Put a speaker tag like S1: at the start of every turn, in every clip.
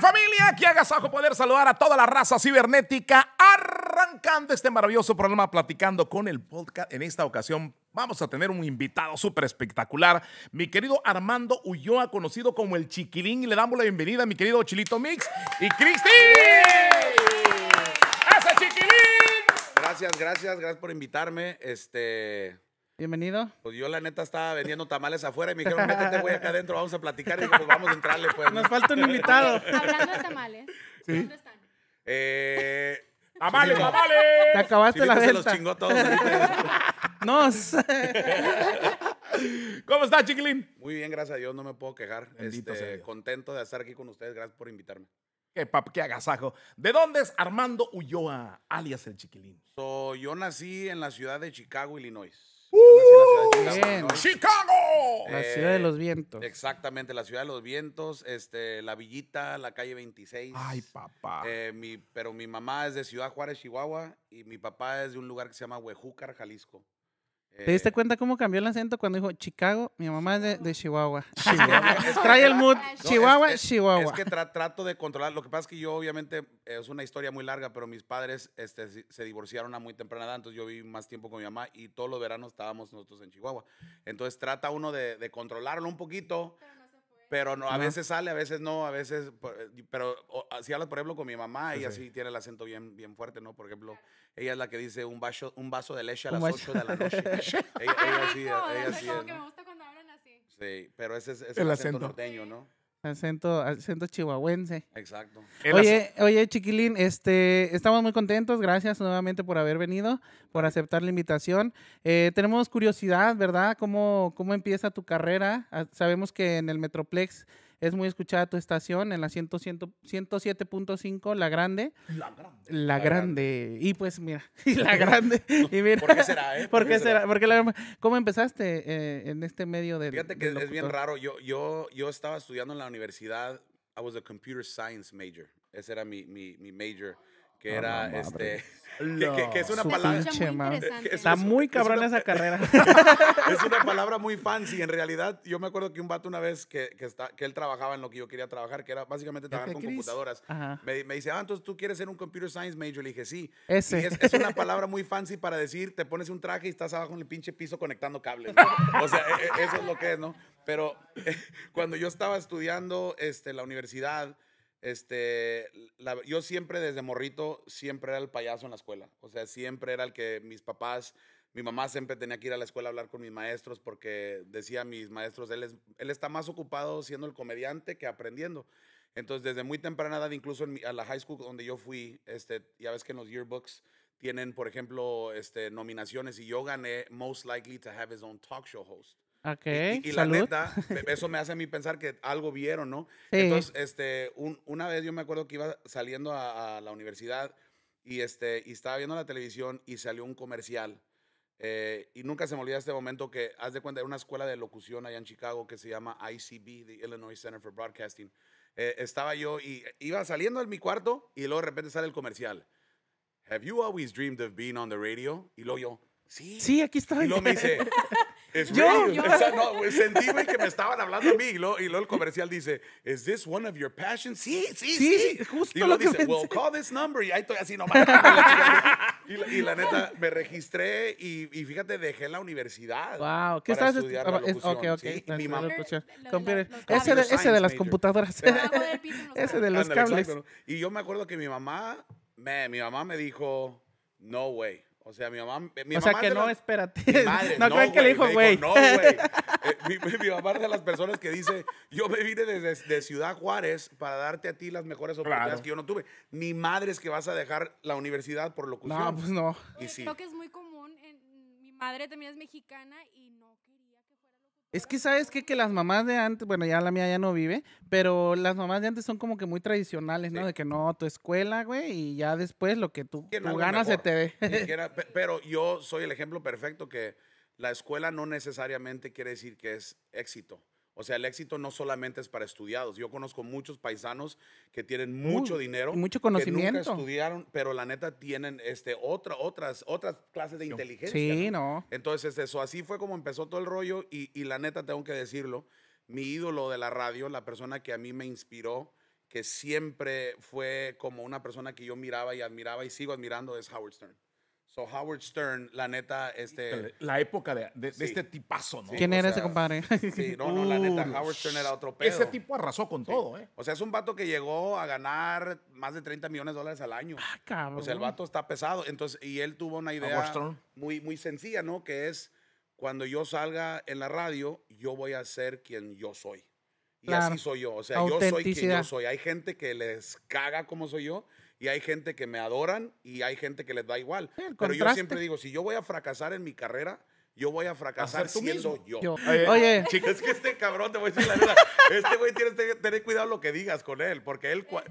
S1: familia, que haga sajo poder saludar a toda la raza cibernética arrancando este maravilloso programa platicando con el podcast. En esta ocasión vamos a tener un invitado súper espectacular, mi querido Armando Ulloa, conocido como el Chiquilín, y le damos la bienvenida a mi querido Chilito Mix y Cristi. ¡Ese Chiquilín!
S2: Gracias, gracias, gracias por invitarme. Este,
S3: Bienvenido.
S2: pues yo la neta estaba vendiendo tamales afuera y me dijeron, métete, güey, acá adentro, vamos a platicar. Y dije, pues vamos a entrarle, pues. ¿no?
S3: Nos falta un invitado.
S4: Hablando de tamales. ¿Dónde están?
S2: Eh,
S1: ¡Amales,
S2: Chilito.
S3: Te
S1: amales!
S3: acabaste
S2: Chilito
S3: la
S2: se los
S3: venta.
S2: chingó todos. ahorita.
S3: Nos.
S1: ¿Cómo está, Chiquilín?
S2: Muy bien, gracias a Dios, no me puedo quejar.
S1: Bendito sea
S2: Este,
S1: Dios.
S2: contento de estar aquí con ustedes, gracias por invitarme.
S1: Qué, pap- qué agasajo. ¿De dónde es Armando Ulloa, alias el Chiquilín?
S2: So, yo nací en la ciudad de Chicago, Illinois. Yo nací en la ciudad de Chicago,
S3: ¡Uh! Bien.
S2: Illinois.
S1: ¡Chicago!
S3: La
S2: Eh,
S3: ciudad de los vientos.
S2: Exactamente, la ciudad de los vientos, este, la villita, la calle 26.
S1: Ay, papá.
S2: Eh, mi, pero mi mamá es de Ciudad Juárez, Chihuahua, y mi papá es de un lugar que se llama Huejúcar, Jalisco. Eh,
S3: ¿Te diste cuenta cómo cambió el acento cuando dijo Chicago? Mi mamá es de, de Chihuahua. Trae el mood.
S4: No, es-
S3: Chihuahua,
S2: es,
S3: Chihuahua.
S2: Es que tra- trato de controlar. Lo que pasa es que yo, obviamente, es una historia muy larga, pero mis padres este, si- se divorciaron a muy temprana edad, entonces yo viví más tiempo con mi mamá y todos los veranos estábamos nosotros en Chihuahua. Entonces trata uno de, de controlarlo un poquito. Pero no, a
S3: Ajá.
S2: veces sale, a veces no, a veces, por- eh, pero o- si hablas, por ejemplo, con mi mamá,
S1: Sí,
S2: ella
S1: sí.
S2: sí tiene el acento bien, bien fuerte, ¿no? Por ejemplo, ella es la que dice un vaso, un vaso de leche a
S3: Un
S2: las
S3: vaso.
S2: 8 de la noche. ella, ella sí, e,
S4: Rico,
S2: ella
S4: Ah, no sé,
S2: sí
S4: como
S2: es,
S4: que me
S2: ¿no?
S4: gusta cuando hablan así.
S2: Sí, pero ese es, es
S1: El
S2: el acento,
S1: acento.
S2: norteño, ¿no?
S3: Acento, acento chihuahuense.
S2: Exacto.
S1: El
S3: Oye, oye, chiquilín, este, estamos muy contentos. Gracias nuevamente por haber venido, por aceptar la invitación. Eh, tenemos curiosidad, ¿verdad? ¿Cómo, ¿Cómo empieza tu carrera? Ah, Sabemos que en el Metroplex es muy escuchada tu estación, en la 100, 107.5, La Grande.
S1: La gran-
S3: La,
S2: La
S3: grande. Y pues mira, y la grande. Y mira,
S2: ¿Por qué será, eh?
S3: ¿Por qué será? ¿Por qué la- ¿Cómo empezaste eh, en este medio del
S2: Fíjate que
S3: del
S2: es bien
S3: locutor?
S2: raro. Yo, yo, yo estaba estudiando en la universidad. I was a computer science major. Ese era mi, mi, mi major. Que
S1: Ah,
S2: era,
S1: no mames.
S2: este...
S1: No.
S2: Que, que- que es una
S3: Su
S2: palabra...
S3: pinche madre.
S4: interesante.
S2: Es-
S3: Está
S2: es-
S3: muy
S2: es
S3: cabrón
S2: una-
S3: esa carrera.
S2: es una palabra muy fancy. En realidad, yo me acuerdo que un vato una vez que, que, está, que él trabajaba en lo que yo quería trabajar, que era básicamente trabajar
S1: te
S2: con
S1: Chris.
S2: computadoras.
S3: Ajá.
S2: Me, me dice, ah, entonces tú quieres ser un computer science major. Le dije, sí.
S3: Ese.
S2: Y es, es una palabra muy fancy para decir, te pones un traje y estás abajo en el pinche piso conectando cables. ¿no? O sea, e- e- eso es lo que es, ¿no? Pero cuando yo estaba estudiando este, la universidad, este, la- yo siempre desde morrito, siempre era el payaso en la escuela. O sea, siempre era el que mis papás, mi mamá siempre tenía que ir a la escuela a hablar con mis maestros porque decía a mis maestros, él, es- él está más ocupado siendo el comediante que aprendiendo. Entonces, desde muy temprana edad, incluso en mi- a la high school donde yo fui, este, ya ves que en los yearbooks tienen, por ejemplo, este, nominaciones y yo gané Most Likely to Have His Own Talk Show Host.
S3: Ok,
S2: Y- y, y la
S3: salud.
S2: neta, me- eso me hace a mí pensar que algo vieron, ¿no?
S3: Sí.
S2: Entonces, este, un- una vez yo me acuerdo que iba saliendo a, a la universidad y, este, y estaba viendo la televisión y salió un comercial. eh, y nunca se me olvida este momento que, haz de cuenta, era una escuela de locución allá en Chicago que se llama ICB, the Illinois Center for Broadcasting. Eh, estaba yo y iba saliendo de mi cuarto y luego de repente sale el comercial. Have you always dreamed of being on the radio? Y luego yo, sí.
S3: Sí, aquí estoy.
S2: Y luego me dice, es
S3: Yo.
S2: yo.
S4: Yo.
S2: no, güey, sentí, güey, que me estaban hablando a mí. Y luego, y luego el comercial dice, ¿Is this one of your passions? Sí, sí,
S3: Sí,
S2: sí.
S3: justo
S2: y luego
S3: lo que
S2: dice, Well,
S3: pensé.
S2: call this number. Y ahí estoy así nomás. y, la, y la neta, me registré y, y fíjate, dejé la universidad.
S3: Wow, ¿qué
S2: para
S3: estás
S2: estudiar la
S3: es- Ok,
S2: locución,
S3: ok.
S2: ¿sí? Y
S3: la-
S2: mi
S3: la
S2: mamá-
S3: locución.
S4: Lo de Ah, la-
S3: Computer-
S4: los
S3: ese,
S2: cables.
S3: de, ese de las
S2: Science major.
S3: computadoras.
S4: Abajo del piso en los
S3: ese de
S4: cables.
S3: los
S2: Ándale,
S3: cables.
S2: exacto, ¿no? Y yo me acuerdo que mi mamá, me, mi mamá me dijo, no way. O sea, mi mamá, mi
S3: o sea
S2: mamá
S3: que
S2: de
S3: no,
S2: la-
S3: espérate.
S2: Mi madre,
S3: no crean que le dijo,
S2: Me
S3: güey.
S2: No, güey. Eh, mi, mi- mi mamá es de las personas que dice, yo me vine desde de Ciudad Juárez para darte a ti las mejores oportunidades
S1: Claro.
S2: que yo no tuve. Ni madres que vas a dejar la universidad por locución.
S3: No, pues no.
S2: Y
S4: Oye,
S2: sí.
S4: Creo que es muy común. en- mi madre también es mexicana y no quería que fuera locutora.
S3: Es que sabes qué? que las mamás de antes, bueno, ya la mía ya no vive, pero las mamás de antes son como que muy tradicionales, ¿no?
S2: Sí.
S3: De que no, tu escuela, güey, y ya después lo que tú,
S2: Quieren
S3: tú
S2: algo
S3: ganas se
S2: mejor.
S3: te ve.
S2: Ni siquiera- pe- pero yo soy el ejemplo perfecto que la escuela no necesariamente quiere decir que es éxito. O sea, el éxito no solamente es para estudiados. Yo conozco muchos paisanos que tienen mucho
S3: Uy,
S2: dinero,
S3: y mucho
S2: que
S3: conocimiento.
S2: nunca estudiaron, pero la neta tienen este otra, otras, otras clases de inteligencia.
S3: Sí,
S2: ¿no?
S3: no.
S2: Entonces, eso, así fue como empezó todo el rollo y, y la neta tengo que decirlo, mi ídolo de la radio, la persona que a mí me inspiró que siempre fue como una persona que yo miraba y admiraba y sigo admirando es Howard Stern. So Howard Stern, la neta, este...
S1: La época de, de- de
S2: Sí.
S1: este tipazo, ¿no?
S2: Sí,
S3: ¿Quién
S2: o
S3: era
S2: sea,
S3: ese compadre?
S2: Sí, no, no, la neta,
S1: Uh,
S2: Howard Stern era otro pedo.
S1: Ese tipo arrasó con todo, ¿eh?
S2: O sea, es un vato que llegó a ganar más de 30 millones de dólares al año.
S1: Ah,
S3: Cabrón.
S2: O sea, el vato está pesado. Entonces, y él tuvo una idea
S1: Stern.
S2: muy, muy sencilla, ¿no? Que es, cuando yo salga en la radio, yo voy a ser quien yo soy. Y
S3: Claro.
S2: así soy yo. O sea, yo soy quien
S3: Autenticidad.
S2: yo soy. Hay gente que les caga como soy yo. Y hay gente que me adoran y hay gente que les da igual.
S3: Sí, el
S2: Pero yo
S3: contraste.
S2: siempre digo, si yo voy a fracasar en mi carrera, yo voy a fracasar
S1: Hacer tú
S2: siendo
S1: mismo.
S2: yo.
S3: Yo.
S1: Oye,
S3: Oye,
S2: Chicos, es que este cabrón, te voy a decir la verdad. Este güey tienes que tener cuidado lo que digas con él, porque él cua-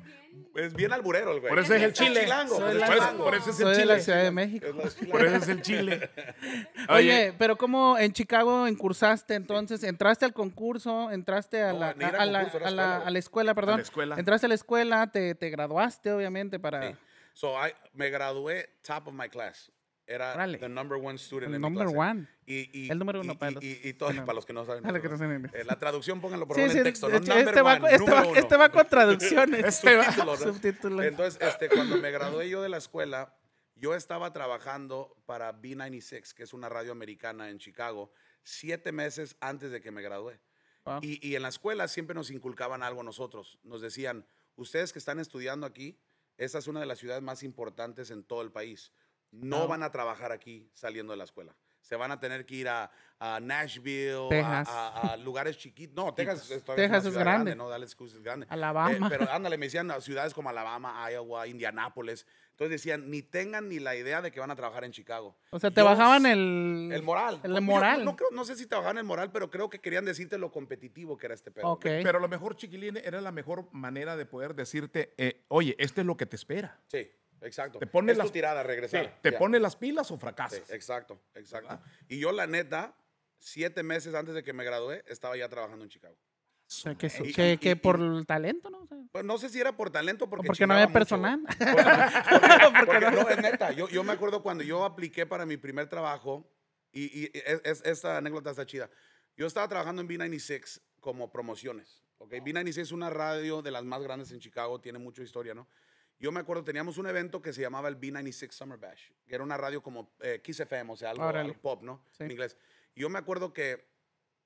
S2: es bien alburero el güey.
S1: Por eso es el
S2: Está
S1: chile.
S2: chilango,
S1: Por
S2: es
S3: Soy
S1: eso-
S3: la-
S1: por eso-
S2: chilango.
S1: por eso es el
S3: soy de la
S1: chile.
S3: Ciudad de México.
S2: Es los
S1: Por
S2: chilangos.
S1: eso es el chile.
S3: Oye, pero ¿cómo en Chicago en cursaste entonces? ¿Entraste al concurso? ¿Entraste a
S2: No,
S3: la,
S2: ni era
S3: a- a la-
S2: concurso, era
S3: a la-
S2: escuela, güey.
S3: a la escuela? Perdón.
S1: la escuela.
S3: Entraste a la escuela, te, te graduaste obviamente para...
S2: Sí. So, I- me gradué top of my class. Era
S3: Órale.
S2: the number one student
S3: El
S2: en
S3: number
S2: mi clase.
S3: one.
S2: Y, y-
S3: El número uno
S2: y- y-
S3: para los-
S2: y- y todo-
S3: no.
S2: para los que no saben.
S3: Para los que no saben.
S2: Eh, la traducción, pónganlo por
S3: Sí,
S2: favor
S3: sí,
S2: en texto.
S3: de
S2: No,
S3: hecho,
S2: number
S3: este, va,
S2: one,
S3: este, va-
S2: número uno.
S3: este va con traducciones.
S2: Este va-
S3: Subtítulos.
S2: Entonces, este, cuando me gradué yo de la escuela, yo estaba trabajando para B96, que es una radio americana en Chicago, siete meses antes de que me gradué.
S3: Wow.
S2: Y, y en la escuela siempre nos inculcaban algo a nosotros. Nos decían, ustedes que están estudiando aquí, esta es una de las ciudades más importantes en todo el país. No
S3: Ah.
S2: van a trabajar aquí saliendo de la escuela. Se van a tener que ir a, a Nashville, a-
S3: Texas.
S2: A, a lugares chiquitos. No, Texas, es todavía
S3: Texas
S2: una
S3: es
S2: ciudad grande.
S3: grande.
S2: No, Dallas es grande.
S3: Alabama.
S2: Eh, pero ándale, me decían a ciudades como Alabama, Iowa, Indianápolis. Entonces decían, ni tengan ni la idea de que van a trabajar en Chicago.
S3: o sea, te
S2: Yo-
S3: bajaban el...
S2: El moral.
S3: El
S2: Yo
S3: moral.
S2: No, creo- no sé si te bajaban el moral, pero creo que querían decirte lo competitivo que era este pedo.
S3: Ok.
S1: Pero a lo mejor, chiquilín, era la mejor manera de poder decirte, eh, oye, este es lo que te espera.
S2: Sí, exacto.
S1: Te pone
S2: es
S1: las-
S2: tu tirada regresar.
S1: Sí, ¿Te
S2: Ya.
S1: pone las pilas o
S2: Sí,
S1: fracasas?
S2: exacto, exacto. Y yo, la neta, siete meses antes de que me gradué, estaba ya trabajando en Chicago.
S3: O sea, que,
S2: Y-
S3: que-
S2: y-
S3: que
S2: y-
S3: por el talento, ¿no? O sea,
S2: Pues no sé si era por talento porque
S3: porque no había
S2: personal.
S3: personal.
S2: Porque, no, es neta. Yo, yo me acuerdo cuando yo apliqué para mi primer trabajo, y, y es- es- esta anécdota está chida. Yo estaba trabajando en B96 como promociones. ¿ok? B96 es una radio de las más grandes en Chicago, tiene mucha historia, ¿no? Yo me acuerdo, teníamos un evento que se llamaba el B96 Summer Bash, que era una radio como eh, Kiss FM, o sea, algo,
S3: Órale.
S2: algo pop, ¿no?
S3: Sí.
S2: En inglés. Yo me acuerdo que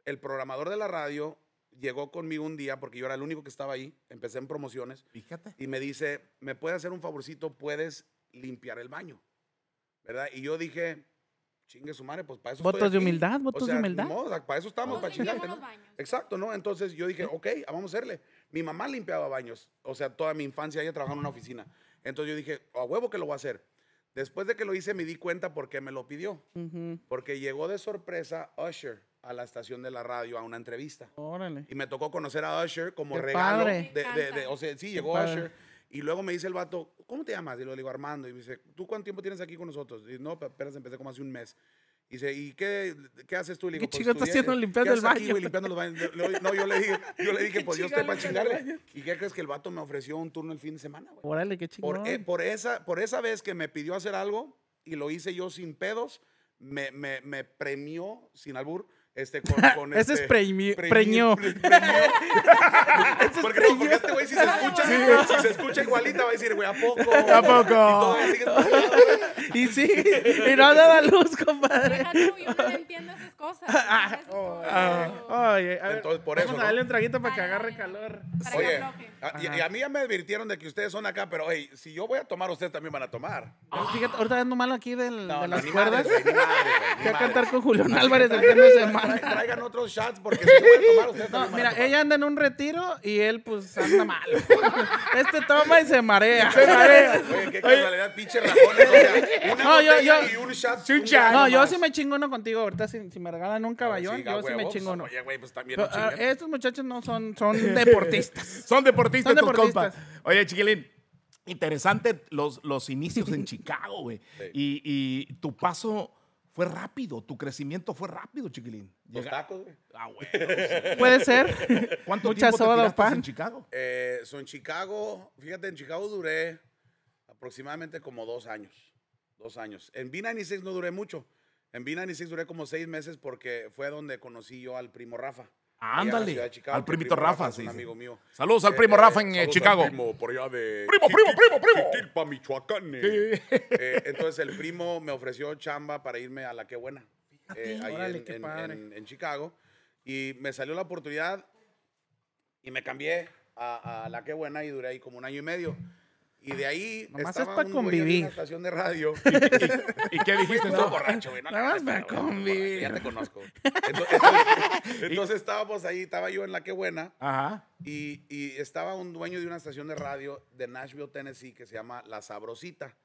S2: el programador de la radio llegó conmigo un día, porque yo era el único que estaba ahí, empecé en promociones,
S1: Fíjate.
S2: y me dice, ¿me puedes hacer un favorcito? ¿Puedes limpiar el baño? ¿Verdad? Y yo dije, chingue su madre, pues para eso estoy
S3: Votos de
S2: aquí".
S3: humildad, votos
S2: o
S3: de
S2: sea, ni
S3: humildad.
S2: modo, o sea, para eso estamos,
S4: Todos
S2: para
S4: limpiamos
S2: chingarte, ¿no?
S4: los baños.
S2: Exacto, ¿no? Entonces yo dije, ok, ah, vamos a hacerle. Mi mamá limpiaba baños, o sea, toda mi infancia ella trabajaba en una oficina. Entonces yo dije, a huevo que lo voy a hacer. Después de que lo hice me di cuenta por qué me lo pidió.
S3: Ujú.
S2: Porque llegó de sorpresa Usher a la estación de la radio a una entrevista.
S3: Órale.
S2: Y me tocó conocer a Usher como
S3: Qué
S2: regalo.
S3: padre.
S2: De,
S4: Me
S2: de-
S4: encanta.
S2: de- o sea, sí, llegó
S3: padre.
S2: Usher. Y luego me dice el vato, ¿cómo te llamas? Y le digo, Armando. Y me dice, ¿tú cuánto tiempo tienes aquí con nosotros? Y no, apenas empecé como hace un mes. Y dice, ¿y qué, qué haces tú? Le "Pues,
S3: ¿Qué chingo estás haciendo limpiando
S2: ¿qué
S3: el
S2: haces aquí,
S3: baño?
S2: güey, limpiando los baños. Le- le- no, yo le dije, yo le dije
S3: ¿Qué
S2: pues yo
S3: chingo
S2: estoy para
S3: limpiando el
S2: chingarle. ¿Y qué crees que el vato me ofreció un turno el fin de semana, güey?
S3: Órale, qué chingón.
S2: Por, e- por esa, por esa vez que me pidió hacer algo y lo hice yo sin pedos, me, me, me premió, sin albur, este, con, con
S3: Ese es
S2: este,
S3: preñi-
S2: preñi-
S3: preñó.
S2: pre- preñó. porque, no, porque este güey si se escucha, si se escucha igualita va a decir, güey, ¿a poco?
S1: ¿A poco?
S2: Y todavía sigue escuchando.
S3: Y sí, y no daba luz, compadre.
S4: Deja tú, yo no le entiendo esas cosas. no entiendo esas cosas.
S3: Oye, a ver,
S2: Entonces, por
S3: ah. vamos
S2: eso,
S3: a darle
S2: ¿no?
S3: un traguito para que
S4: Dale,
S3: agarre
S4: dale.
S3: calor.
S4: Para que
S2: Oye, ah,
S4: afloje.
S2: a- y-
S3: Ajá.
S2: y a mí ya me advirtieron de que ustedes son acá, pero oye, si yo voy a tomar, ustedes también van a tomar.
S3: Fíjate, ahorita ando malo aquí del,
S2: No, no,
S3: de las
S2: ni madres,
S3: cuerdas.
S2: güey, ni madres, güey, ni
S3: Voy a
S2: madres.
S3: cantar con Julián Álvarez el fin de
S2: Tra-
S3: semana.
S2: Traigan otros shots porque si yo voy a tomar, ustedes también
S3: No,
S2: van a
S3: mira,
S2: tomar.
S3: ella anda en un retiro y él, pues, anda mal. Este toma y se marea.
S2: Oye, qué casualidad, pinche rajones. O sea, una
S3: No, yo-
S2: botella
S3: yo-
S2: y un shot.
S1: Sí, un
S2: un
S1: shot.
S2: gallo
S3: No, yo
S2: más.
S3: sí me chingo uno contigo. Ahorita, si, si me regalan un caballón,
S2: Sí,
S3: yo sí me
S2: huevos.
S3: chingo uno.
S2: Oye, güey, pues también
S3: Pero,
S2: no
S3: ah,
S2: chinguen.
S3: estos muchachos no son, son deportistas.
S1: Son deportistas,
S3: Son
S1: tus compas.
S3: deportistas.
S1: Oye, chiquilín, interesante los, los inicios en Chicago, güey.
S2: Sí.
S1: Y, y tu paso fue rápido, tu crecimiento fue rápido, chiquilín.
S2: Los
S1: Llega-
S2: tacos, güey.
S1: Ah, güey.
S3: Puede ser.
S1: ¿Cuánto
S3: Mucha
S1: tiempo te
S3: soda,
S1: tiraste
S3: pan.
S1: en Chicago?
S2: Eh, so, en Chicago, fíjate, en Chicago duré aproximadamente como dos años. Dos años. En B96 no duré mucho. En B96 duré como seis meses porque fue donde conocí yo al primo Rafa. allá en la ciudad
S1: Ándale.
S2: de Chicago,
S1: al
S2: que el
S1: primito
S2: primo
S1: Rafa,
S2: es
S1: sí,
S2: un
S1: sí.
S2: amigo mío.
S1: Saludos al
S2: Eh,
S1: primo
S2: eh,
S1: Rafa en eh,
S2: saludos al
S1: Chicago.
S2: Primo, por allá de
S1: Primo, primo,
S2: Jiquil-
S1: primo, primo.
S2: Jiquilpa, Michoacán. eh. Eh, entonces el primo me ofreció chamba para irme a la que buena. eh, ahí
S3: Ah, Órale,
S2: en,
S3: qué
S2: en-
S3: padre.
S2: en- en Chicago. Y me salió la oportunidad y me cambié a, a la que buena y duré ahí como un año y medio. Y de ahí
S3: Nomás
S2: estaba
S3: es pa'
S2: un güey ahí en
S3: convivir.
S2: la estación de radio.
S1: ¿Y qué dijiste
S2: Estaba
S1: tú?
S2: borracho, güey. no,
S3: Nada más
S2: no,
S3: para
S2: no, no,
S3: convivir.
S2: Ya te conozco. Entonces, entonces- entonces estábamos ahí, estaba yo en la que buena
S1: Ajá.
S2: y, y estaba un dueño de una estación de radio de Nashville, Tennessee, que se llama La Sabrosita,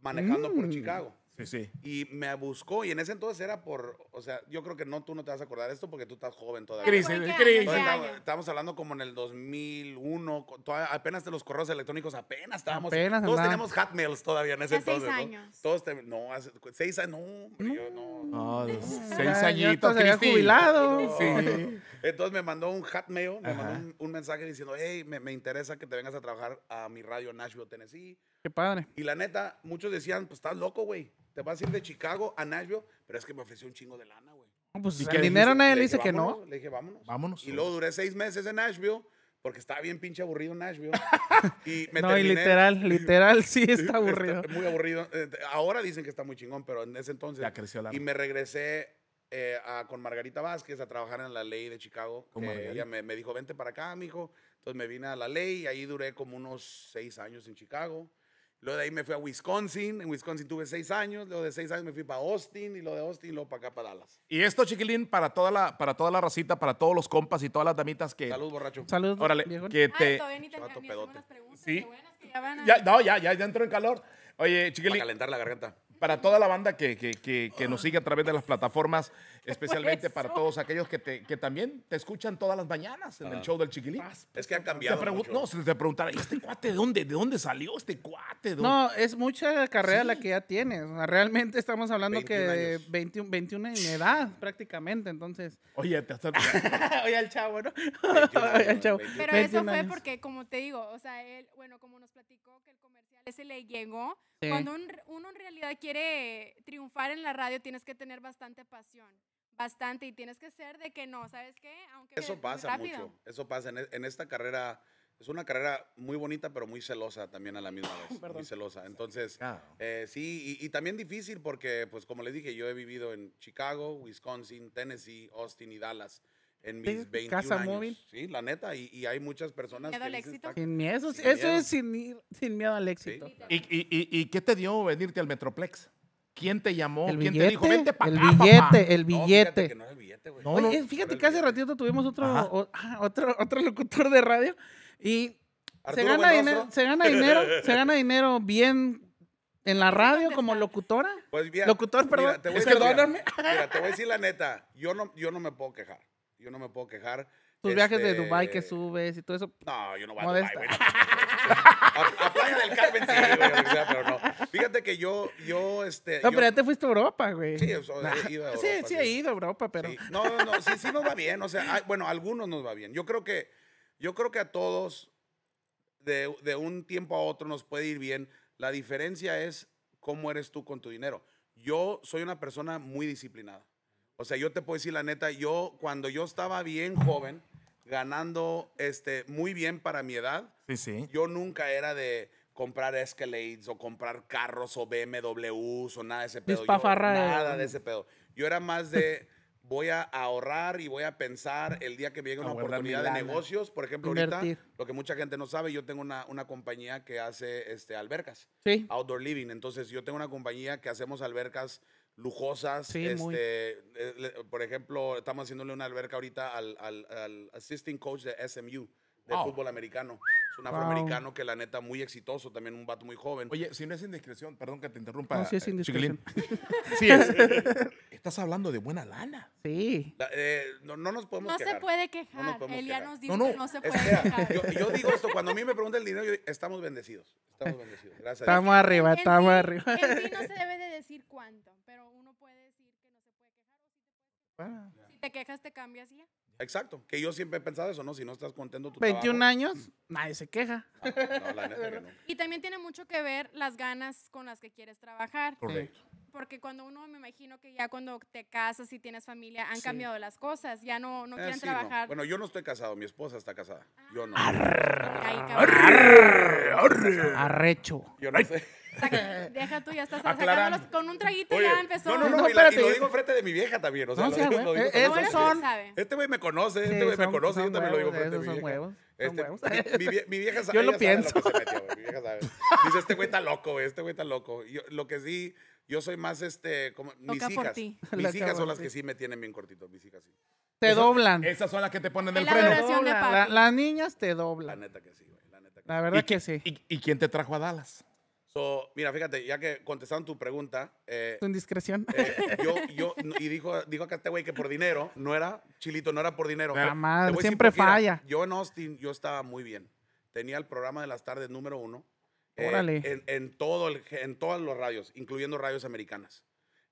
S2: manejando por Chicago.
S1: Sí, sí.
S2: Y me buscó, y en ese entonces era por, o sea, yo creo que no, tú no te vas a acordar de esto porque tú estás joven todavía.
S1: Cris,
S4: ¿Por qué
S1: Cris.
S4: año? ¿Qué
S2: Entonces,
S4: año?
S2: estábamos, estábamos hablando como en el 2001, co- todavía- apenas de los correos electrónicos, apenas estábamos.
S3: Apenas
S2: todos
S3: andaban.
S2: teníamos hotmails todavía en ese
S4: Hace seis
S2: entonces. ¿no?
S4: años.
S2: Todos te- no, hace cu- seis años, no, hombre, yo no.
S1: No, Ah, seis
S3: Ya- ya
S1: añitos,
S3: hasta se había
S1: Cristi.
S3: jubilado.
S1: Sí.
S2: Entonces me mandó un hotmail, me
S1: Ajá.
S2: mandó un, un mensaje diciendo, hey, me, me interesa que te vengas a trabajar a mi radio en Nashville, Tennessee.
S3: Qué padre.
S2: Y la neta, muchos decían, pues estás loco, güey. Te vas a ir de Chicago a Nashville, pero es que me ofreció un chingo de lana, güey.
S3: No, Pues
S1: ¿Y qué
S3: el dinero
S1: dijiste?
S3: nadie le
S2: Le
S3: dice
S2: dije,
S3: que no.
S2: "Vámonos", Le dije, vámonos.
S1: Vámonos.
S2: Y luego duré seis meses en Nashville, porque estaba bien pinche aburrido en Nashville. y me
S3: No, y
S2: terminé-
S3: literal, literal, sí está
S2: Está
S3: aburrido.
S2: muy aburrido. Eh, Ahora dicen que está muy chingón, pero en ese entonces.
S1: Ya creció la-
S2: Y me regresé eh, a- con Margarita Vázquez a trabajar en la ley de Chicago.
S1: Con
S2: que
S1: Margarita.
S2: ella me, me dijo, vente para acá, mijo. Entonces me vine a la ley y ahí duré como unos seis años en Chicago. Luego de ahí me fui a Wisconsin. En Wisconsin tuve seis años. Luego de seis años me fui para Austin. Y luego de Austin, luego para acá, para Dallas.
S1: Y esto, chiquilín, para toda, la, para toda la racita, para todos los compas y todas las damitas que.
S2: Salud, borracho.
S3: Saludos.
S1: Órale,
S3: viejo.
S1: que
S4: Ay,
S1: te.
S4: todavía ni te-
S2: Chato
S4: ni hacemos
S2: pedote.
S4: las preguntas,
S1: Sí.
S4: qué buenas que ya van a-
S1: Ya, no, ya, ya, ya entró en calor. Oye,
S2: Para
S1: chiquilín,
S2: calentar la garganta.
S1: para toda la banda que, que- que- que nos sigue a través de las plataformas, especialmente para todos aquellos que, te- que también te escuchan todas las mañanas en el show del chiquilín.
S3: ah,
S2: Es que ha
S1: Te
S2: cambiado.
S1: pregun-
S2: mucho.
S1: no, se te preguntará, ¿y este cuate de dónde, de dónde salió este cuate? ¿De dónde?
S3: No, es mucha carrera la que ya tienes. O sea, realmente estamos hablando que
S2: 21
S3: de
S2: años.
S3: 21, 21 en edad prácticamente, entonces.
S1: Oye, te hasta-
S3: Oye, al chavo, ¿no?
S2: 21 años,
S3: Oye, al chavo.
S2: 21.
S4: Pero eso
S3: 21
S4: fue
S3: años.
S4: porque, como te digo, o sea, él, bueno, como nos platicó que el comercial ese le llegó.
S3: Sí.
S4: Cuando un- uno en realidad quiere triunfar en la radio, tienes que tener bastante pasión. Bastante. Y tienes que ser de que no, ¿sabes qué? Aunque
S2: Eso
S4: muy
S2: pasa
S4: rápido.
S2: mucho, eso pasa en, e- en esta carrera. Es una carrera muy bonita, pero muy celosa también a la misma vez. muy celosa. Entonces,
S1: Claro.
S2: eh, sí, y, y también difícil porque, pues como les dije, yo he vivido en Chicago, Wisconsin, Tennessee, Austin y Dallas en mis
S3: ¿Tienes
S2: 21
S3: casa
S2: años.
S3: móvil?
S2: Sí, la neta. Y, y hay muchas personas
S4: ¿Miedo
S2: que
S4: al
S2: dicen,
S4: éxito?
S2: "Está-
S3: Sin miedo,
S2: Sin
S3: eso
S2: miedo.
S3: es sin, ir- sin miedo al éxito.
S2: Sí.
S1: ¿Y, y, y- y qué te dio venirte al Metroplex? ¿Quién te llamó?
S3: El
S1: ¿Quién
S3: billete,
S1: te dijo, vente para
S3: el
S1: acá,
S3: billete,
S1: papá"?
S3: el
S2: No,
S3: billete.
S2: fíjate que no es el billete, güey.
S1: No,
S3: Oye,
S1: no.
S3: eh,
S2: Era
S3: fíjate
S2: el
S3: que hace
S2: billete.
S3: ratito tuvimos otro,
S1: Ajá.
S3: o- ah, otro, otro locutor de radio y se
S2: Arturo
S3: gana,
S2: Buenrostro.
S3: dinero, se gana dinero, se gana dinero bien en la radio como locutora.
S2: Pues mira,
S3: Locutor, perdón.
S2: Mira, te voy
S3: Es
S2: a
S3: que
S2: decir, mira,
S3: perdóname.
S2: mira, te voy a decir la neta. Yo no, yo no me puedo quejar. Yo no me puedo quejar.
S3: Tus viajes de
S2: Este, eh,
S3: Dubai que subes y todo eso.
S2: No, yo no voy a
S3: Modesta.
S2: Dubái, güey. A, a Playa del Carmen sí, güey, o sea, pero no. Fíjate que yo, yo, este... yo-
S3: No, pero ya te fuiste a Europa, güey.
S2: Sí, o sea, he ido a
S3: sí,
S2: Europa,
S3: sí he ido a Europa, pero
S2: Sí. No, no, no, sí, sí nos va bien. O sea, hay- bueno, a algunos nos va bien. Yo creo que, yo creo que a todos, de, de un tiempo a otro, nos puede ir bien. La diferencia es cómo eres tú con tu dinero. Yo soy una persona muy disciplinada. O sea, yo te puedo decir la neta, yo cuando yo estaba bien joven, ganando este, muy bien para mi edad,
S1: Sí, sí.
S2: yo nunca era de comprar Escalades o comprar carros o BMWs o nada de ese pedo. Yo-
S3: Dispafarra de-
S2: nada de ese pedo. Yo era más de voy a ahorrar y voy a pensar el día que me llegue
S1: A
S2: una
S1: guardar mi
S2: oportunidad de
S1: lana.
S2: negocios. Por ejemplo,
S3: Invertir.
S2: ahorita lo que mucha gente no sabe, yo tengo una, una compañía que hace este, albercas,
S3: sí.
S2: outdoor living. Entonces, yo tengo una compañía que hacemos albercas lujosas.
S3: Sí,
S2: este,
S3: muy.
S2: eh, le- por ejemplo, estamos haciéndole una alberca ahorita al, al- al assistant coach de SMU, de
S1: Wow.
S2: fútbol americano. Es un
S3: Wow.
S2: afroamericano que la neta muy exitoso, también un vato muy joven.
S1: Oye, si no es indiscreción, perdón que te interrumpa.
S3: No, sí es
S1: eh,
S3: indiscreción.
S1: chiquilín. Sí es. Estás hablando de buena lana.
S3: Sí.
S2: La- eh, no, no nos podemos
S4: No
S2: quejar.
S4: se puede quejar.
S2: podemos
S4: Él ya
S2: quejar.
S4: nos dijo
S1: No,
S4: que
S1: no,
S4: no se puede
S2: Espera,
S4: quejar.
S2: yo, yo digo esto, cuando a mí me preguntan el dinero, yo digo, estamos bendecidos. Estamos bendecidos. Gracias a Dios.
S3: Estamos arriba,
S4: En sí-
S3: estamos arriba.
S2: Ah,
S4: En sí no se debe de decir cuánto, pero uno puede decir que no se puede quejar. Si te quejas, te cambias y ya.
S2: Exacto. Que yo siempre he pensado eso, ¿no? Si no estás contento tu
S3: 21
S2: trabajo,
S3: años, nadie se queja.
S2: No, la neta que no.
S4: Y también tiene mucho que ver las ganas con las que quieres trabajar.
S1: Correcto.
S4: porque cuando uno me imagino que ya cuando te casas y tienes familia han
S2: Sí.
S4: cambiado las cosas, ya no, no
S2: Eh,
S4: quieren
S2: sí, no.
S4: trabajar.
S2: Bueno, yo no estoy casado, mi esposa está casada. Yo no.
S4: Ahí,
S1: Arre, arre.
S3: Arrecho.
S2: Yo no sé.
S4: cabrón. Deja tú, ya estás
S2: Aclarando.
S4: sacándolos con un traguito
S2: Oye,
S4: ya empezó.
S2: no, no, no,
S3: No,
S2: y, la- y
S3: espérate,
S2: lo
S3: yo-
S2: digo enfrente de mi vieja también. O sea,
S3: No
S2: lo
S3: sea
S2: digo-
S3: huevo,
S2: lo digo
S3: eh,
S2: con
S3: esos
S2: nosotros.
S3: son-
S4: sabe.
S2: Este güey me conoce,
S3: Sí,
S2: este güey me
S3: son-
S2: conoce, yo
S3: son
S2: también lo digo
S3: huevos,
S2: frente a mi vieja.
S3: esos son huevos, son
S2: Este,
S3: huevos.
S2: Mi, vie- mi vieja sa-
S3: Yo lo
S2: ella sabe
S3: pienso.
S2: que se metió, güey, mi vieja sabe. Dice, este güey está loco, güey, este güey está loco. Y yo- lo que sí, yo soy más, este, como, mis
S4: Loca por
S2: hijas.
S4: ti.
S2: Mis
S3: Loca
S2: hijas
S3: por
S2: son las
S3: ti.
S2: que sí me tienen bien cortito, mis hijas sí.
S3: Te doblan.
S1: Esas son las que te ponen el
S4: Es la
S1: freno.
S4: verdad. adoración de
S3: Doblan.
S4: papi.
S3: La- las niñas te
S2: La
S3: doblan.
S2: neta que sí, güey, la neta que sí.
S3: La verdad
S1: ¿Y qui-
S3: que sí.
S1: y- ¿Y quién te trajo a Dallas?
S2: So, mira, fíjate, ya que contestaron tu pregunta, eh,
S3: Tu indiscreción.
S2: eh, yo, yo, y dijo, dijo acá este güey que por dinero, no era, chilito, no era por dinero.
S1: La
S2: Te voy a
S3: madre,
S2: decir
S3: siempre
S2: por qué era.
S3: falla.
S2: Yo en Austin, yo estaba muy bien. Tenía el programa de las tardes número uno. eh,
S3: Órale.
S2: en, en todo el- en todos los radios, incluyendo radios americanas.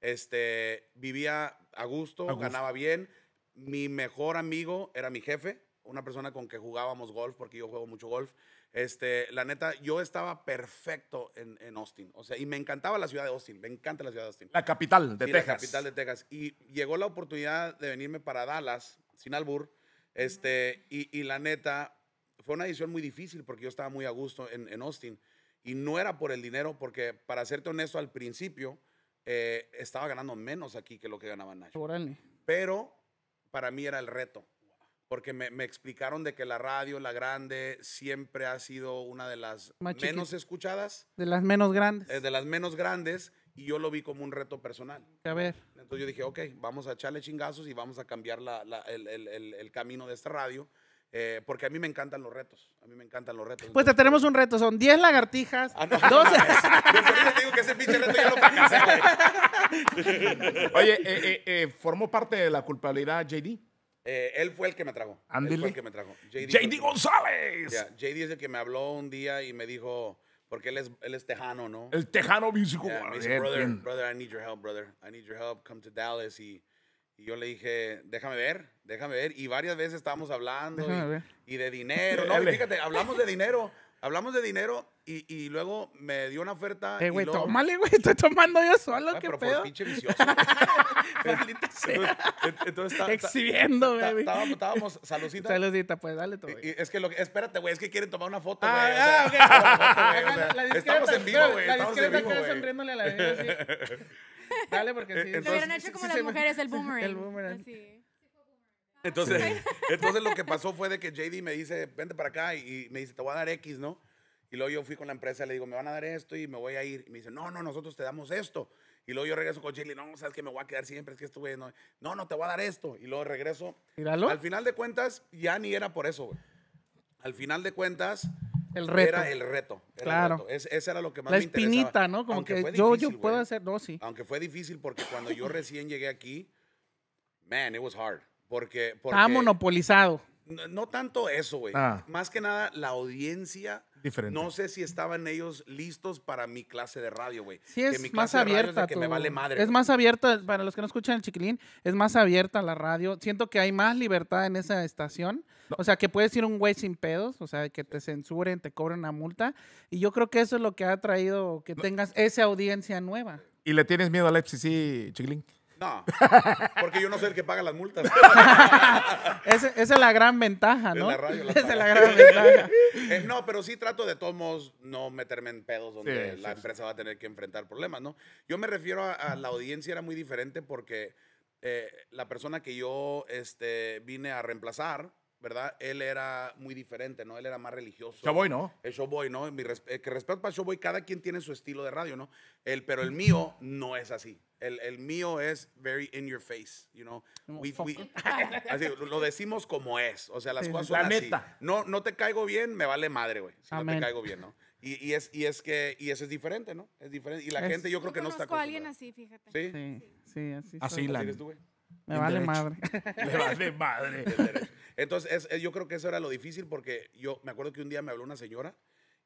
S2: Este, vivía a gusto,
S1: A gusto.
S2: ganaba bien. Mi mejor amigo era mi jefe, una persona con que jugábamos golf, porque yo juego mucho golf. Este, la neta, yo estaba perfecto en, en Austin. O sea, y me encantaba la ciudad de Austin. Me encanta la ciudad de Austin.
S1: La capital de
S2: Sí,
S1: Texas.
S2: la capital de Texas. Y llegó la oportunidad de venirme para Dallas, sin albur, este, y, y la neta, fue una decisión muy difícil porque yo estaba muy a gusto en, en Austin. Y no era por el dinero, porque para serte honesto, al principio eh, estaba ganando menos aquí que lo que ganaba en Nashville
S3: Órale.
S2: pero para mí era el reto, porque me, me explicaron de que la radio, la grande, siempre ha sido una de las
S3: Más chiquita.
S2: menos escuchadas,
S3: De las menos grandes.
S2: eh, de las menos grandes, y yo lo vi como un reto personal.
S3: A ver.
S2: Entonces yo dije, ok, vamos a echarle chingazos y vamos a cambiar la- la- el, el- el- el camino de esta radio, eh, porque a mí me encantan los retos, a mí me encantan los retos.
S3: Pues te
S2: Entonces-
S3: tenemos un reto. Son 10 lagartijas.
S2: Ah, no.
S3: 12.
S2: Por eso te digo que ese pinche reto ya lo fracasé, güey.
S1: Oye, eh, eh, eh, ¿formó parte de la culpabilidad JD?
S2: Eh, él fue el que me trajo. Él
S1: Ándele.
S2: fue el que me trajo. JD fue el que
S1: JD
S2: me trajo.
S1: González.
S2: Ya, JD es el que me habló un día y me dijo, porque él es, él es tejano, ¿no?
S1: El Tejano Music
S2: Ya,
S1: Award.
S2: me dice,
S1: Bien,
S2: brother,
S1: bien.
S2: brother, I need your help, brother. I need your help, come to Dallas. Y, y yo le dije, déjame ver, déjame ver. Y varias veces estábamos hablando
S3: Déjame ver.
S2: y, y de dinero. No, y
S1: Dale.
S2: fíjate, hablamos de dinero, hablamos de dinero y, y luego me dio una oferta.
S3: Eh,
S2: y
S3: güey,
S2: luego-
S3: tómale, güey. Estoy tomando yo
S2: Ay,
S3: solo. ¿Qué
S2: pero
S3: pedo?
S2: por pinche vicioso. güey. entonces, entonces, ta- ta-
S3: Exhibiendo,
S2: ta-
S3: güey.
S2: estábamos, estábamos, salucita.
S3: Saludita, pues dale todo.
S2: Y- y es que lo que, espérate, güey, es que quieren tomar una foto, güey. o sea,
S3: Ah, ah, ok.
S2: tomar una foto, güey, o
S3: La-
S2: sea,
S3: la
S2: Estamos
S3: discreta,
S2: en vivo, güey.
S3: La
S2: Estamos en
S3: discreta
S2: vivo,
S3: acá
S2: güey.
S3: sonriéndole a la vida. así. Dale, porque sí.
S2: Entonces-
S4: Lo hubieran hecho
S3: sí,
S4: como
S3: sí,
S4: las
S3: se me-
S4: mujeres, el
S3: sí,
S4: boomerang.
S3: El boomerang.
S4: así.
S2: Entonces, entonces lo que pasó fue de que JD me dice, vente para acá y, y me dice, te voy a dar X, ¿no? Y luego yo fui con la empresa, le digo, me van a dar esto y me voy a ir. Y me dice, no, no, nosotros te damos esto. Y luego yo regreso con JD, no, sabes que me voy a quedar siempre, es que esto, güey, no, no, no, te voy a dar esto. Y luego regreso.
S3: Míralo.
S2: Al final de cuentas, ya ni era por eso, güey. Al final de cuentas,
S3: El reto.
S2: era el reto. era el
S3: Claro.
S2: reto. Es- ese era lo que más
S3: La
S2: me interesaba.
S3: espinita, ¿no? Como
S2: Aunque
S3: que
S2: fue
S3: yo,
S2: difícil,
S3: yo puedo
S2: güey. Ah,
S3: hacer. No, sí.
S2: Aunque fue difícil porque cuando yo recién llegué aquí, man, it was hard. Porque, porque
S3: Estaba monopolizado.
S2: no, no tanto eso, güey.
S1: Ah.
S2: Más que nada la audiencia.
S1: Diferente.
S2: No sé si estaban ellos listos para mi clase de radio, güey.
S3: Sí,
S2: Que
S3: es
S2: mi
S3: más
S2: clase de radio
S3: abierta.
S2: es de que me
S3: tu-
S2: vale madre.
S3: es
S2: güey.
S3: más abierta, para los que no escuchan el chiquilín, es más abierta la radio. Siento que hay más libertad en esa estación. O sea, que puedes ir un güey sin pedos, o sea, que te censuren, te cobren una multa. Y yo creo que eso es lo que ha traído que tengas esa audiencia nueva.
S1: ¿Y le tienes miedo al FCC, Chiquilín?
S2: No. Porque yo no soy el que paga las multas.
S3: Ese- esa es la gran ventaja,
S2: Es
S3: ¿no?
S2: la radio la
S3: Esa es la
S2: paga.
S3: gran ventaja.
S2: Eh, no, pero sí trato de todos modos no meterme en pedos donde
S1: Sí,
S2: la
S1: sí,
S2: empresa va a tener que enfrentar problemas, ¿no? Yo me refiero a, a la audiencia era muy diferente porque eh, la persona que yo este, vine a reemplazar, ¿verdad? Él era muy diferente, ¿no? Él era más religioso.
S1: Ya voy, ¿no?
S2: El Showboy, ¿no? Mi res- eh, que respeto para el Showboy, cada quien tiene su estilo de radio, ¿no? El, pero el mío no es así. El, el mío es very in your face, you know. We- we- así, lo- lo decimos como es. O sea, las
S3: Sí,
S2: cosas
S1: sí. La
S2: son así.
S1: neta.
S2: No, no te caigo bien, me vale madre, güey. Si no
S3: Amén.
S2: te caigo bien, ¿no? Y, y es, y es que, y eso es diferente, ¿no? Es diferente. Y la
S3: Es-
S2: gente yo creo que no está
S4: conozco a alguien
S2: acostumbrada.
S4: así, fíjate.
S2: ¿Sí? ¿Sí
S3: Sí, sí, así.
S1: Así
S3: soy.
S1: la-
S2: eres tú, güey?
S3: Me
S1: en
S3: vale
S1: derecho.
S3: madre.
S1: Le vale madre.
S2: Entonces, es- es- yo creo que eso era lo difícil porque yo me acuerdo que un día me habló una señora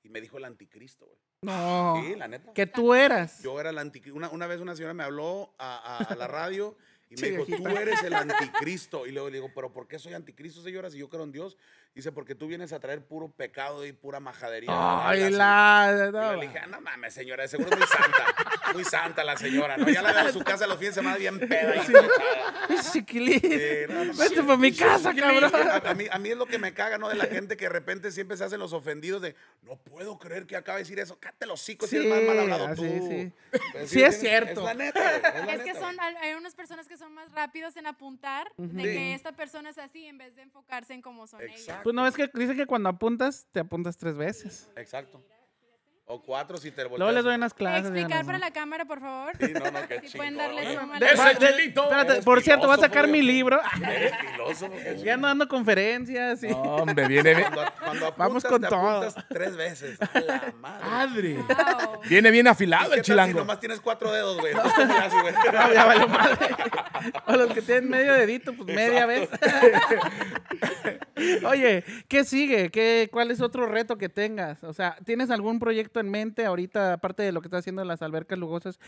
S2: y me dijo el anticristo, güey.
S3: No.
S2: Sí, la neta.
S3: Que tú eras.
S2: Yo era el anticristo. Una, una vez una señora me habló a, a- a la radio Y me dijo, tú eres el anticristo. Y luego le digo, pero ¿por qué soy anticristo, señora, si yo creo en Dios? Dice, porque tú vienes a traer puro pecado y pura majadería.
S3: Ay,
S2: Y
S3: la.
S2: y luego
S3: no,
S2: le dije, ah, no mames, señora, de seguro es muy santa. Muy santa la señora, ¿no? Ya la veo en su casa los fines de semana bien peda. Y toda echada.
S3: Chiquilín.
S2: Eh, no, no,
S3: Vete
S2: sí,
S3: para mi
S2: sí,
S3: casa,
S2: sí,
S3: cabrón.
S2: A, a mí, a mí es lo que me caga, ¿no? De la gente que de repente siempre se hacen los ofendidos de no puedo creer que acaba de decir eso. Cállate los hocico si eres más
S3: Sí,
S2: mal hablado
S3: ah,
S2: tú.
S3: sí, sí.
S2: Pues,
S3: Sí, es
S2: tienes-
S3: cierto.
S2: Es la neta, güey, es la
S4: Es que
S2: neta,
S4: son, al- hay unas personas que son más rápidos en apuntar de que esta persona es así en vez de enfocarse en cómo son
S2: Exacto.
S3: Pues no ves que dicen que cuando apuntas, te apuntas tres veces.
S2: güey. Exacto. O cuatro si te
S3: Luego les doy
S2: volteas.
S3: unas
S4: ellas.
S3: clases.
S4: Explicar
S3: díganos,
S4: para
S3: ¿no?
S4: la cámara, por favor.
S2: Sí, no, no, qué
S4: Si pueden
S2: chingón.
S4: darle
S2: Oye,
S4: zoom a la
S1: ¡Ese
S4: cámara.
S1: chelito!
S3: Espérate,
S2: Eres
S3: por cierto, voy a
S2: filósofo,
S3: sacar mi
S2: güey.
S3: libro.
S2: Eres filósofo. qué
S3: Ya ando dando conferencias. y-
S1: No, Hombre, viene bien.
S2: Cuando, cuando apuntas,
S3: Vamos con
S2: te
S3: todo.
S2: apuntas tres veces. A la madre.
S1: ¡Padre!
S4: Wow.
S1: Viene bien
S3: Ah,
S2: ¿Y
S1: afilado el
S2: qué tal Si
S1: chilango.
S2: nomás tienes cuatro dedos, güey. Entonces, ¿cómo le haces, güey?
S3: No, ya valió madre. O los que tienen medio dedito, pues media vez. Oye, ¿qué sigue? ¿Qué, ¿Cuál es otro reto que tengas? O sea, ¿tienes algún proyecto en mente ahorita, aparte de lo que está haciendo las albercas lugosas
S1: Ah.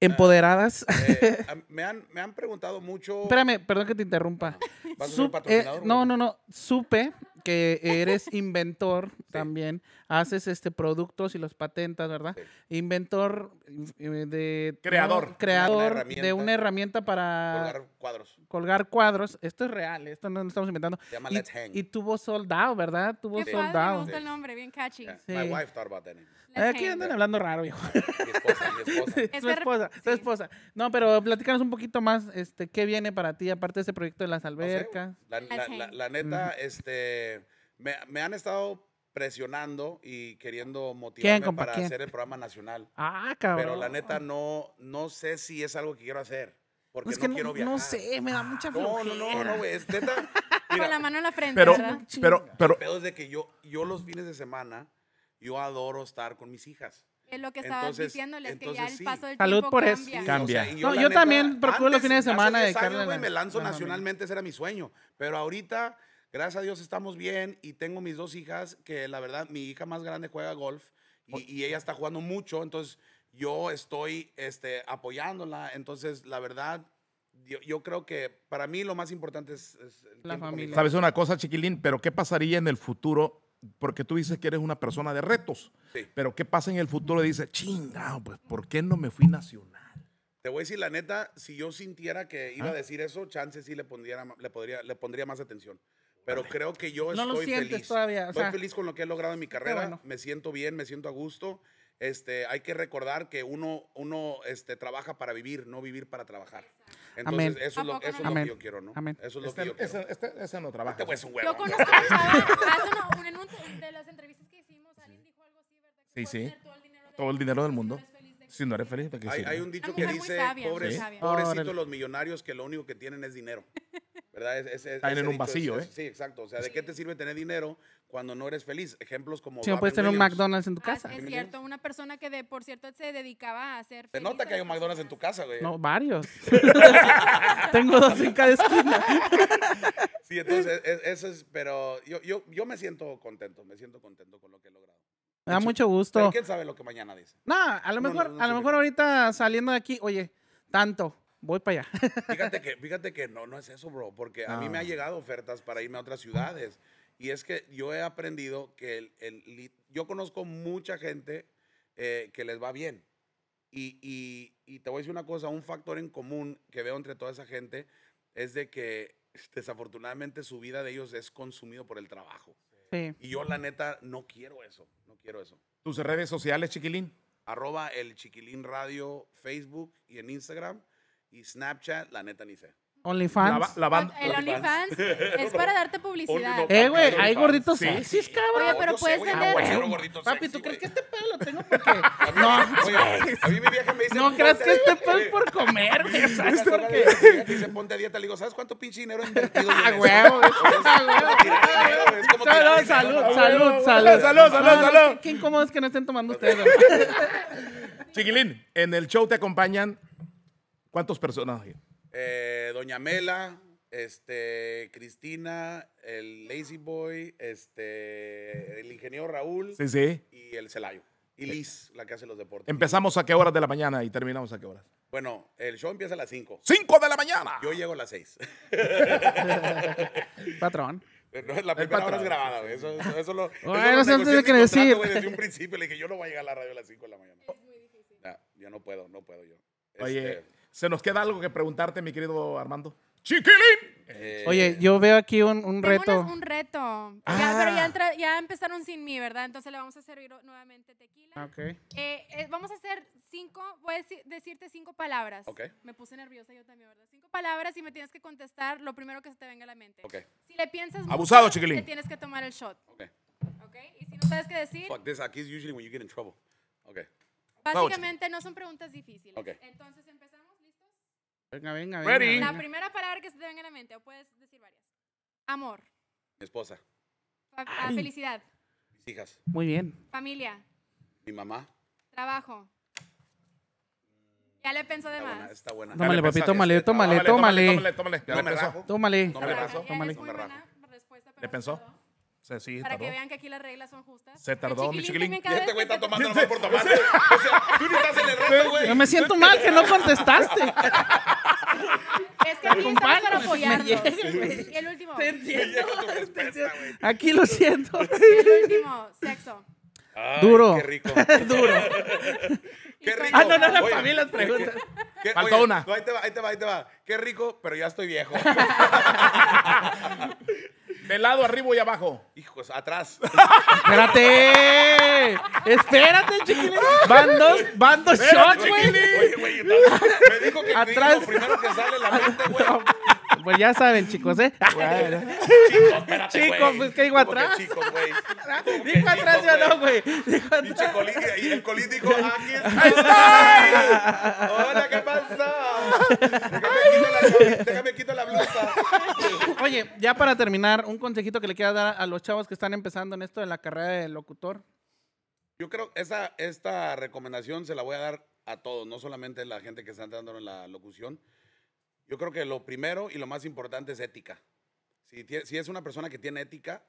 S3: empoderadas?
S2: Eh, a- me, han, me han preguntado mucho.
S3: Espérame, perdón que te interrumpa.
S2: ¿Vas a ser
S3: Sup-
S2: patrocinador,
S3: eh,
S2: güey?
S3: no, no, no. Supe que eres inventor también. Haces este productos y los patentas, ¿verdad? Inventor eh, de
S1: Creador.
S3: no, creador
S2: Una
S3: de
S2: herramienta.
S3: una herramienta para
S2: colgar cuadros.
S3: colgar cuadros. Esto es real, esto no lo estamos inventando.
S2: Se llama
S3: y,
S2: Let's Hang.
S3: y tuvo soldado, ¿verdad? Tuvo
S4: Qué padre, me
S3: soldado.
S4: gusta el nombre, bien catchy.
S2: Yeah,
S4: Let's
S2: My
S3: Sí.
S2: wife thought about that name.
S3: Aquí
S4: hang.
S3: andan hablando raro, hijo.
S2: Mi esposa, mi esposa.
S4: Es
S3: su
S4: que-
S3: esposa, su
S4: sí.
S3: esposa. No, pero platícanos un poquito más, este, ¿qué viene para ti aparte de ese proyecto de las
S2: No sé, güey.
S3: albercas?
S2: la,
S4: Let's
S2: la- la-
S4: hang.
S2: la neta,
S3: Mm.
S2: este, me, me han estado presionando y queriendo motivarme
S3: compa,
S2: para
S3: quién?
S2: hacer el programa nacional.
S3: Ah, cabrón.
S2: Pero la neta, no, no sé si es algo que quiero hacer. Porque
S3: es Pues que
S2: no,
S3: no,
S2: quiero
S3: no
S2: viajar.
S3: sé, me da mucha
S2: No,
S3: flojera.
S2: no, no, no, güey. es neta,
S4: Con la
S2: mira,
S4: mano en la frente,
S1: Pero,
S4: ¿verdad?
S1: pero, pero,
S2: el pedo es de que yo, yo los fines de semana, yo adoro estar con mis hijas.
S4: Es lo que estabas
S2: Entonces-
S4: diciénle's que ya
S2: entonces
S4: el
S2: sí.
S4: paso del
S3: Salud
S4: tiempo
S3: por eso.
S4: cambia.
S1: Sí, Cambia.
S2: y
S3: No,
S2: la
S3: yo también procuro los fines de semana
S2: hace 10
S3: dedicarle
S2: años,
S3: la-
S2: güey, me lanzo
S3: la familia.
S2: nacionalmente, esa era mi sueño. Pero ahorita, gracias a Dios, estamos bien y tengo mis dos hijas que la verdad, mi hija más grande juega golf y, y ella está jugando mucho, entonces yo estoy este, apoyándola. Entonces, la verdad, yo, yo creo que para mí lo más importante es, es el tiempo
S3: La
S2: con mi
S3: familia.
S1: ¿sabes una cosa, chiquilín? Pero, ¿qué pasaría en el futuro? Porque tú dices que eres una persona de retos.
S2: Sí.
S1: Pero, ¿qué pasa en el futuro? Dices, chingado, pues, ¿por qué no me fui nacional?
S2: Te voy a decir la neta, si yo sintiera que iba a decir eso, chance sí le pondría, le podría, le pondría más atención. Pero creo que yo
S3: No lo
S2: estoy
S3: sientes
S2: feliz.
S3: todavía, o
S2: estoy
S3: sea,
S2: feliz con lo que he logrado en mi carrera.
S3: bueno.
S2: Me siento bien, me siento a gusto. Este, hay que recordar que uno, uno este, trabaja para vivir, no vivir para trabajar. Entonces,
S3: Amén.
S2: eso es
S4: ¿A
S2: lo,
S4: poco
S2: eso es
S4: no?
S2: lo
S3: Amén.
S2: que yo quiero, ¿no?
S3: Amén.
S2: Eso es lo que
S1: Este,
S2: yo quiero.
S1: ese- este- ese no trabaja.
S2: Este güey es un huevo.
S4: Yo conozco a un chaval, hace una- un- en un- de las entrevistas que hicimos, alguien dijo algo así, ¿verdad? Que
S1: Sí,
S4: puedes
S1: sí.
S4: tener todo el dinero del
S1: Todo el dinero del mundo.
S4: si no eres feliz de-
S1: Si no eres feliz, ¿para qué
S2: Hay,
S1: sirve?
S2: hay un dicho
S4: Una
S2: que
S4: mujer muy
S2: dice,
S4: sabia, muy
S2: pobres,
S4: sabia.
S3: Órale.
S2: pobrecitos los millonarios que lo único que tienen es dinero. ¿Verdad? Es- es- es-
S1: Caen
S2: ese
S1: en un
S2: dicho es-
S1: vacío,
S2: es-
S1: ¿eh?
S2: Sí, exacto. O sea, ¿de qué te sirve tener dinero cuando no eres feliz? Ejemplos como...
S3: Si no
S2: Robin
S3: puedes tener un
S2: Williams.
S3: McDonald's en tu
S4: Ah,
S3: casa.
S4: Es cierto, una persona que, de, por cierto, se dedicaba a hacer.
S2: Se nota que hay un McDonald's en tu casa, güey.
S3: No, varios. Tengo dos en cada esquina.
S2: Sí, entonces, es- eso es... Pero yo, yo, yo me siento contento, me siento contento con lo que he logrado.
S3: Me da mucho
S2: Pero
S3: gusto.
S2: quién sabe lo que mañana dice.
S3: No, a lo
S2: No,
S3: mejor,
S2: no, no
S3: a lo
S2: sé.
S3: mejor ahorita saliendo de aquí, oye, tanto, voy para allá.
S2: Fíjate que, fíjate que no, no es eso, bro, porque a mí me
S1: Ah.
S2: han llegado ofertas para irme a otras ciudades. Y es que yo he aprendido que el, el li- yo conozco mucha gente eh, que les va bien. Y, y- y te voy a decir una cosa, un factor en común que veo entre toda esa gente es de que desafortunadamente su vida de ellos es consumido por el trabajo.
S3: Sí.
S2: Y yo la neta no quiero eso, no quiero eso.
S1: Tus redes sociales, chiquilín.
S2: Arroba el chiquilín radio, Facebook y en Instagram. Y Snapchat, la neta ni sé.
S1: La, ba-
S3: OnlyFans.
S1: la banda.
S4: El OnlyFans es para darte publicidad.
S2: no.
S3: Eh, güey,
S2: Papi, OnlyFans.
S3: hay gorditos
S1: Sí,
S3: sexys, cabrón.
S4: Oye, pero
S2: yo sé,
S4: puedes
S2: güey, Ah,
S4: vender-
S2: no, cero gordito
S3: Papi,
S2: sexy,
S3: ¿tú crees que
S2: güey.
S3: este pedo lo tengo porque...?
S2: No,
S3: No,
S2: oye, a mí mi vieja me dice.
S3: no creas
S2: ponte
S3: que
S2: a
S3: este
S2: dieta,
S3: pedo
S2: güey.
S3: es por comer, güey.
S2: Mi
S3: ¿Sabes
S2: vieja
S3: por
S2: toda
S3: qué?
S2: la vida Dice, ponte a dieta. Le digo, ¿sabes cuánto pinche dinero he invertido? yo en
S3: Ah,
S2: eso?"
S3: huevo,
S2: Es como
S3: ah, huevo.
S2: tirar dinero, es como tirar
S3: Salud,
S2: dinero.
S3: salud,
S2: Ah,
S3: salud,
S1: huevo.
S3: salud.
S1: Salud, salud,
S3: No, no,
S1: salud.
S3: qué- Qué incómodo es que no estén tomando ustedes. hermano.
S1: Chiquilín, en el show te acompañan cuántos personajes.
S2: Eh, Doña Mela, este, Cristina, el Lazy Boy, este, el ingeniero Raúl
S1: Sí, sí.
S2: y el Celayo. Y Liz, la que hace los deportes.
S1: Empezamos a qué horas de la mañana y terminamos a qué horas.
S2: Bueno, el show empieza a las 5.
S1: 5 de la mañana.
S2: Yo llego a las 6.
S3: Patrón.
S2: Eh, No, la primera hora es
S1: patrón.
S2: grabada, güey. Eso, eso, eso lo. eso
S3: Bueno,
S2: lo
S3: eso
S2: negocié en
S3: tiene
S2: mi
S3: que
S2: contrato,
S3: decir.
S2: güey, desde un principio le dije, yo no voy a llegar a la radio a las 5 de la mañana. Ya, yo no puedo, no puedo yo.
S1: Oye,
S2: Este,
S1: se nos queda algo que preguntarte, mi querido Armando. Chiquilín.
S2: eh,
S3: Oye, yo veo aquí un, un
S4: Tengo unas-
S3: reto.
S4: un reto.
S1: Ah.
S4: Ya, pero ya, entra- ya empezaron sin mí, ¿verdad? Entonces le vamos a servir o- nuevamente tequila.
S3: Ah, Ok.
S4: Eh, eh, vamos a hacer cinco, voy a deci- decirte cinco palabras.
S2: Ok.
S4: Me puse nerviosa yo también, ¿verdad? Cinco palabras y me tienes que contestar lo primero que se te venga a la mente.
S2: Ok,
S4: Si le piensas mucho,
S1: Abusado, chiquilín.
S4: Te tienes que tomar el shot,
S2: ok.
S4: ¿ok? Y si no sabes qué decir,
S2: Fuck this, aquí es usually when you get in trouble. Ok.
S4: básicamente no son preguntas difíciles.
S2: Ok.
S4: Entonces, ¿empezamos? ¿Listos?
S3: Venga, venga, venga.
S1: Ready.
S4: La
S3: venga.
S4: primera palabra que se te venga a la mente, o puedes decir varias. Amor,
S2: Mi esposa,
S4: fa- ah, felicidad,
S2: mis hijas,
S3: Muy bien.
S4: familia,
S2: mi mamá.
S4: trabajo. Ya le pensó de
S2: Está buena,
S4: más.
S2: está buena.
S3: Tómale,
S1: Dale,
S3: papi,
S2: pensá,
S3: tómale,
S2: este,
S3: tómale,
S2: trabaja,
S1: tómale,
S3: tómale.
S1: tómale, tómale. Ya
S2: No
S1: le
S2: me
S1: pensó.
S2: rajo.
S3: Tómale.
S2: No
S4: Ya
S2: me
S4: la-
S2: rajo.
S4: ya
S3: Tómale.
S4: es muy
S2: No me
S4: buena respuesta, pero
S1: ¿Le
S4: se
S1: pensó?
S4: tardó.
S1: Se, sí,
S4: Para que
S1: tardó.
S4: vean que aquí las reglas son justas.
S1: Se
S4: El
S1: tardó, mi chiquilín.
S4: también
S2: Y
S4: cada
S2: este
S4: vez
S2: güey está
S4: que te-
S2: tomando nomás por tomar. O sea, tú ni estás en el reto, güey.
S3: Yo me siento mal que no contestaste.
S4: Es que aquí estamos para
S3: Acompáñame, me
S4: apoyarnos.
S3: llegas,
S4: Y el último.
S3: Te
S4: Y
S2: Me llega
S3: entiendo.
S2: tu respuesta, güey.
S3: Aquí lo siento.
S4: el último, sexo.
S2: Ay,
S3: Duro.
S2: Qué rico.
S3: Duro.
S4: Y
S2: Qué
S4: todo.
S2: rico.
S3: Ah, no, no, no,
S2: Oye,
S3: para mí las preguntas.
S2: Qué-
S1: Faltó
S2: oye,
S1: una.
S2: no, Ahí te va, ahí te va, ahí te va. Qué rico, pero ya estoy viejo.
S1: De lado, arriba y abajo.
S2: Hijos, atrás.
S3: Espérate. Espérate, chiquilín. Van dos, van dos
S1: Espérate,
S3: shots, güey.
S2: Oye, güey, me dijo que
S3: Atrás.
S2: atrás. lo primero que sale en la mente, güey.
S3: Pues ya saben, chicos, ¿eh?
S2: Chicos, espérate,
S3: Chicos,
S2: güey.
S3: pues, ¿qué digo
S2: ¿Cómo que
S3: atrás?
S2: Chicos, güey.
S3: Dijo atrás, yo no, güey. Dijo
S2: Pinche
S3: atrás.
S2: colín, y el colín dijo, aquí está. Hola, ¿qué pasa? Déjame quito la, chavi- déjame quito la blusa.
S3: Oye, ya para terminar, un consejito que le quieras dar a los chavos que están empezando en esto de la carrera de locutor.
S2: Yo creo que esa, esta recomendación se la voy a dar a todos, no solamente a la gente que está entrando en la locución. Yo creo que lo primero y lo más importante es ética. Si, tie- si es una persona que tiene ética,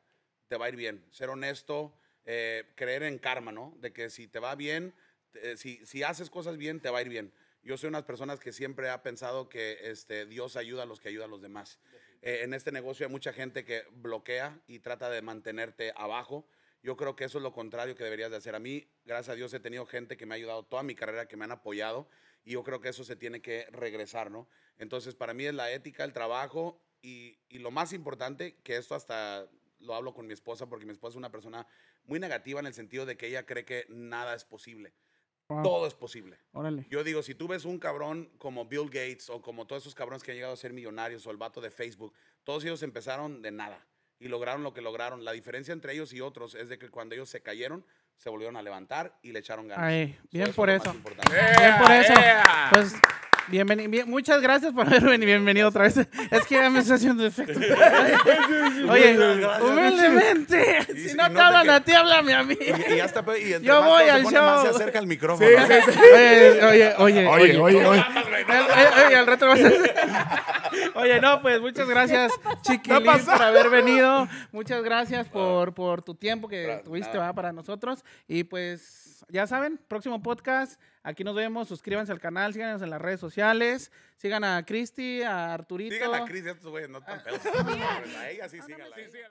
S2: te va a ir bien. Ser honesto, eh, creer en karma, ¿no? De que si te va bien, eh, si, si haces cosas bien, te va a ir bien. Yo soy unas personas que siempre ha pensado que este, Dios ayuda a los que ayuda a los demás. Eh, en este negocio hay mucha gente que bloquea y trata de mantenerte abajo. Yo creo que eso es lo contrario que deberías de hacer. A mí, gracias a Dios, he tenido gente que me ha ayudado toda mi carrera, que me han apoyado y yo creo que eso se tiene que regresar, ¿no? Entonces, para mí es la ética, el trabajo y, y lo más importante, que esto hasta lo hablo con mi esposa, porque mi esposa es una persona muy negativa en el sentido de que ella cree que nada es posible.
S3: Wow.
S2: Todo es posible.
S3: Órale.
S2: Yo digo, si tú ves un cabrón como Bill Gates o como todos esos cabrones que han llegado a ser millonarios o el vato de Facebook, todos ellos empezaron de nada y lograron lo que lograron. La diferencia entre ellos y otros es de que cuando ellos se cayeron, se volvieron a levantar y le echaron ganas.
S3: Ay,
S2: So,
S3: bien
S2: es
S3: por
S2: lo más
S3: eso.
S2: importante.
S3: Bien por eso.
S1: ¡Ea!
S3: Pues, bienveni- bien- muchas gracias por haber venido. Bienvenido otra vez. Es que ya me está haciendo efecto. Oye, humildemente.
S2: Y-
S3: Si
S2: y
S3: no
S2: no
S3: te
S2: te
S3: hablan
S2: que-
S3: a ti, háblame a mí.
S2: Y, y ya está, pues, y entre
S3: Yo
S2: más
S3: voy
S2: todo se
S3: al
S2: pone, más
S3: show.
S2: se acerca el micrófono.
S1: Sí, sí, sí.
S3: Oye, oye, oye.
S1: Oye, oye, oye.
S3: Al- al- eh, oye, al rato vas a hacer- Oye, no, pues muchas gracias, Chiquilín,
S1: ¿Qué pasó?
S3: por haber venido. Muchas gracias por, por tu tiempo que
S2: Claro,
S3: tuviste
S2: nada.
S3: ¿verdad? para nosotros. Y pues, ya saben, próximo podcast. Aquí nos vemos. Suscríbanse al canal, síganos en las redes sociales. Sigan a Cristi, a Arturito.
S2: Díganle a Cris, estos güeyes no están pedos. A ella sí, síganla.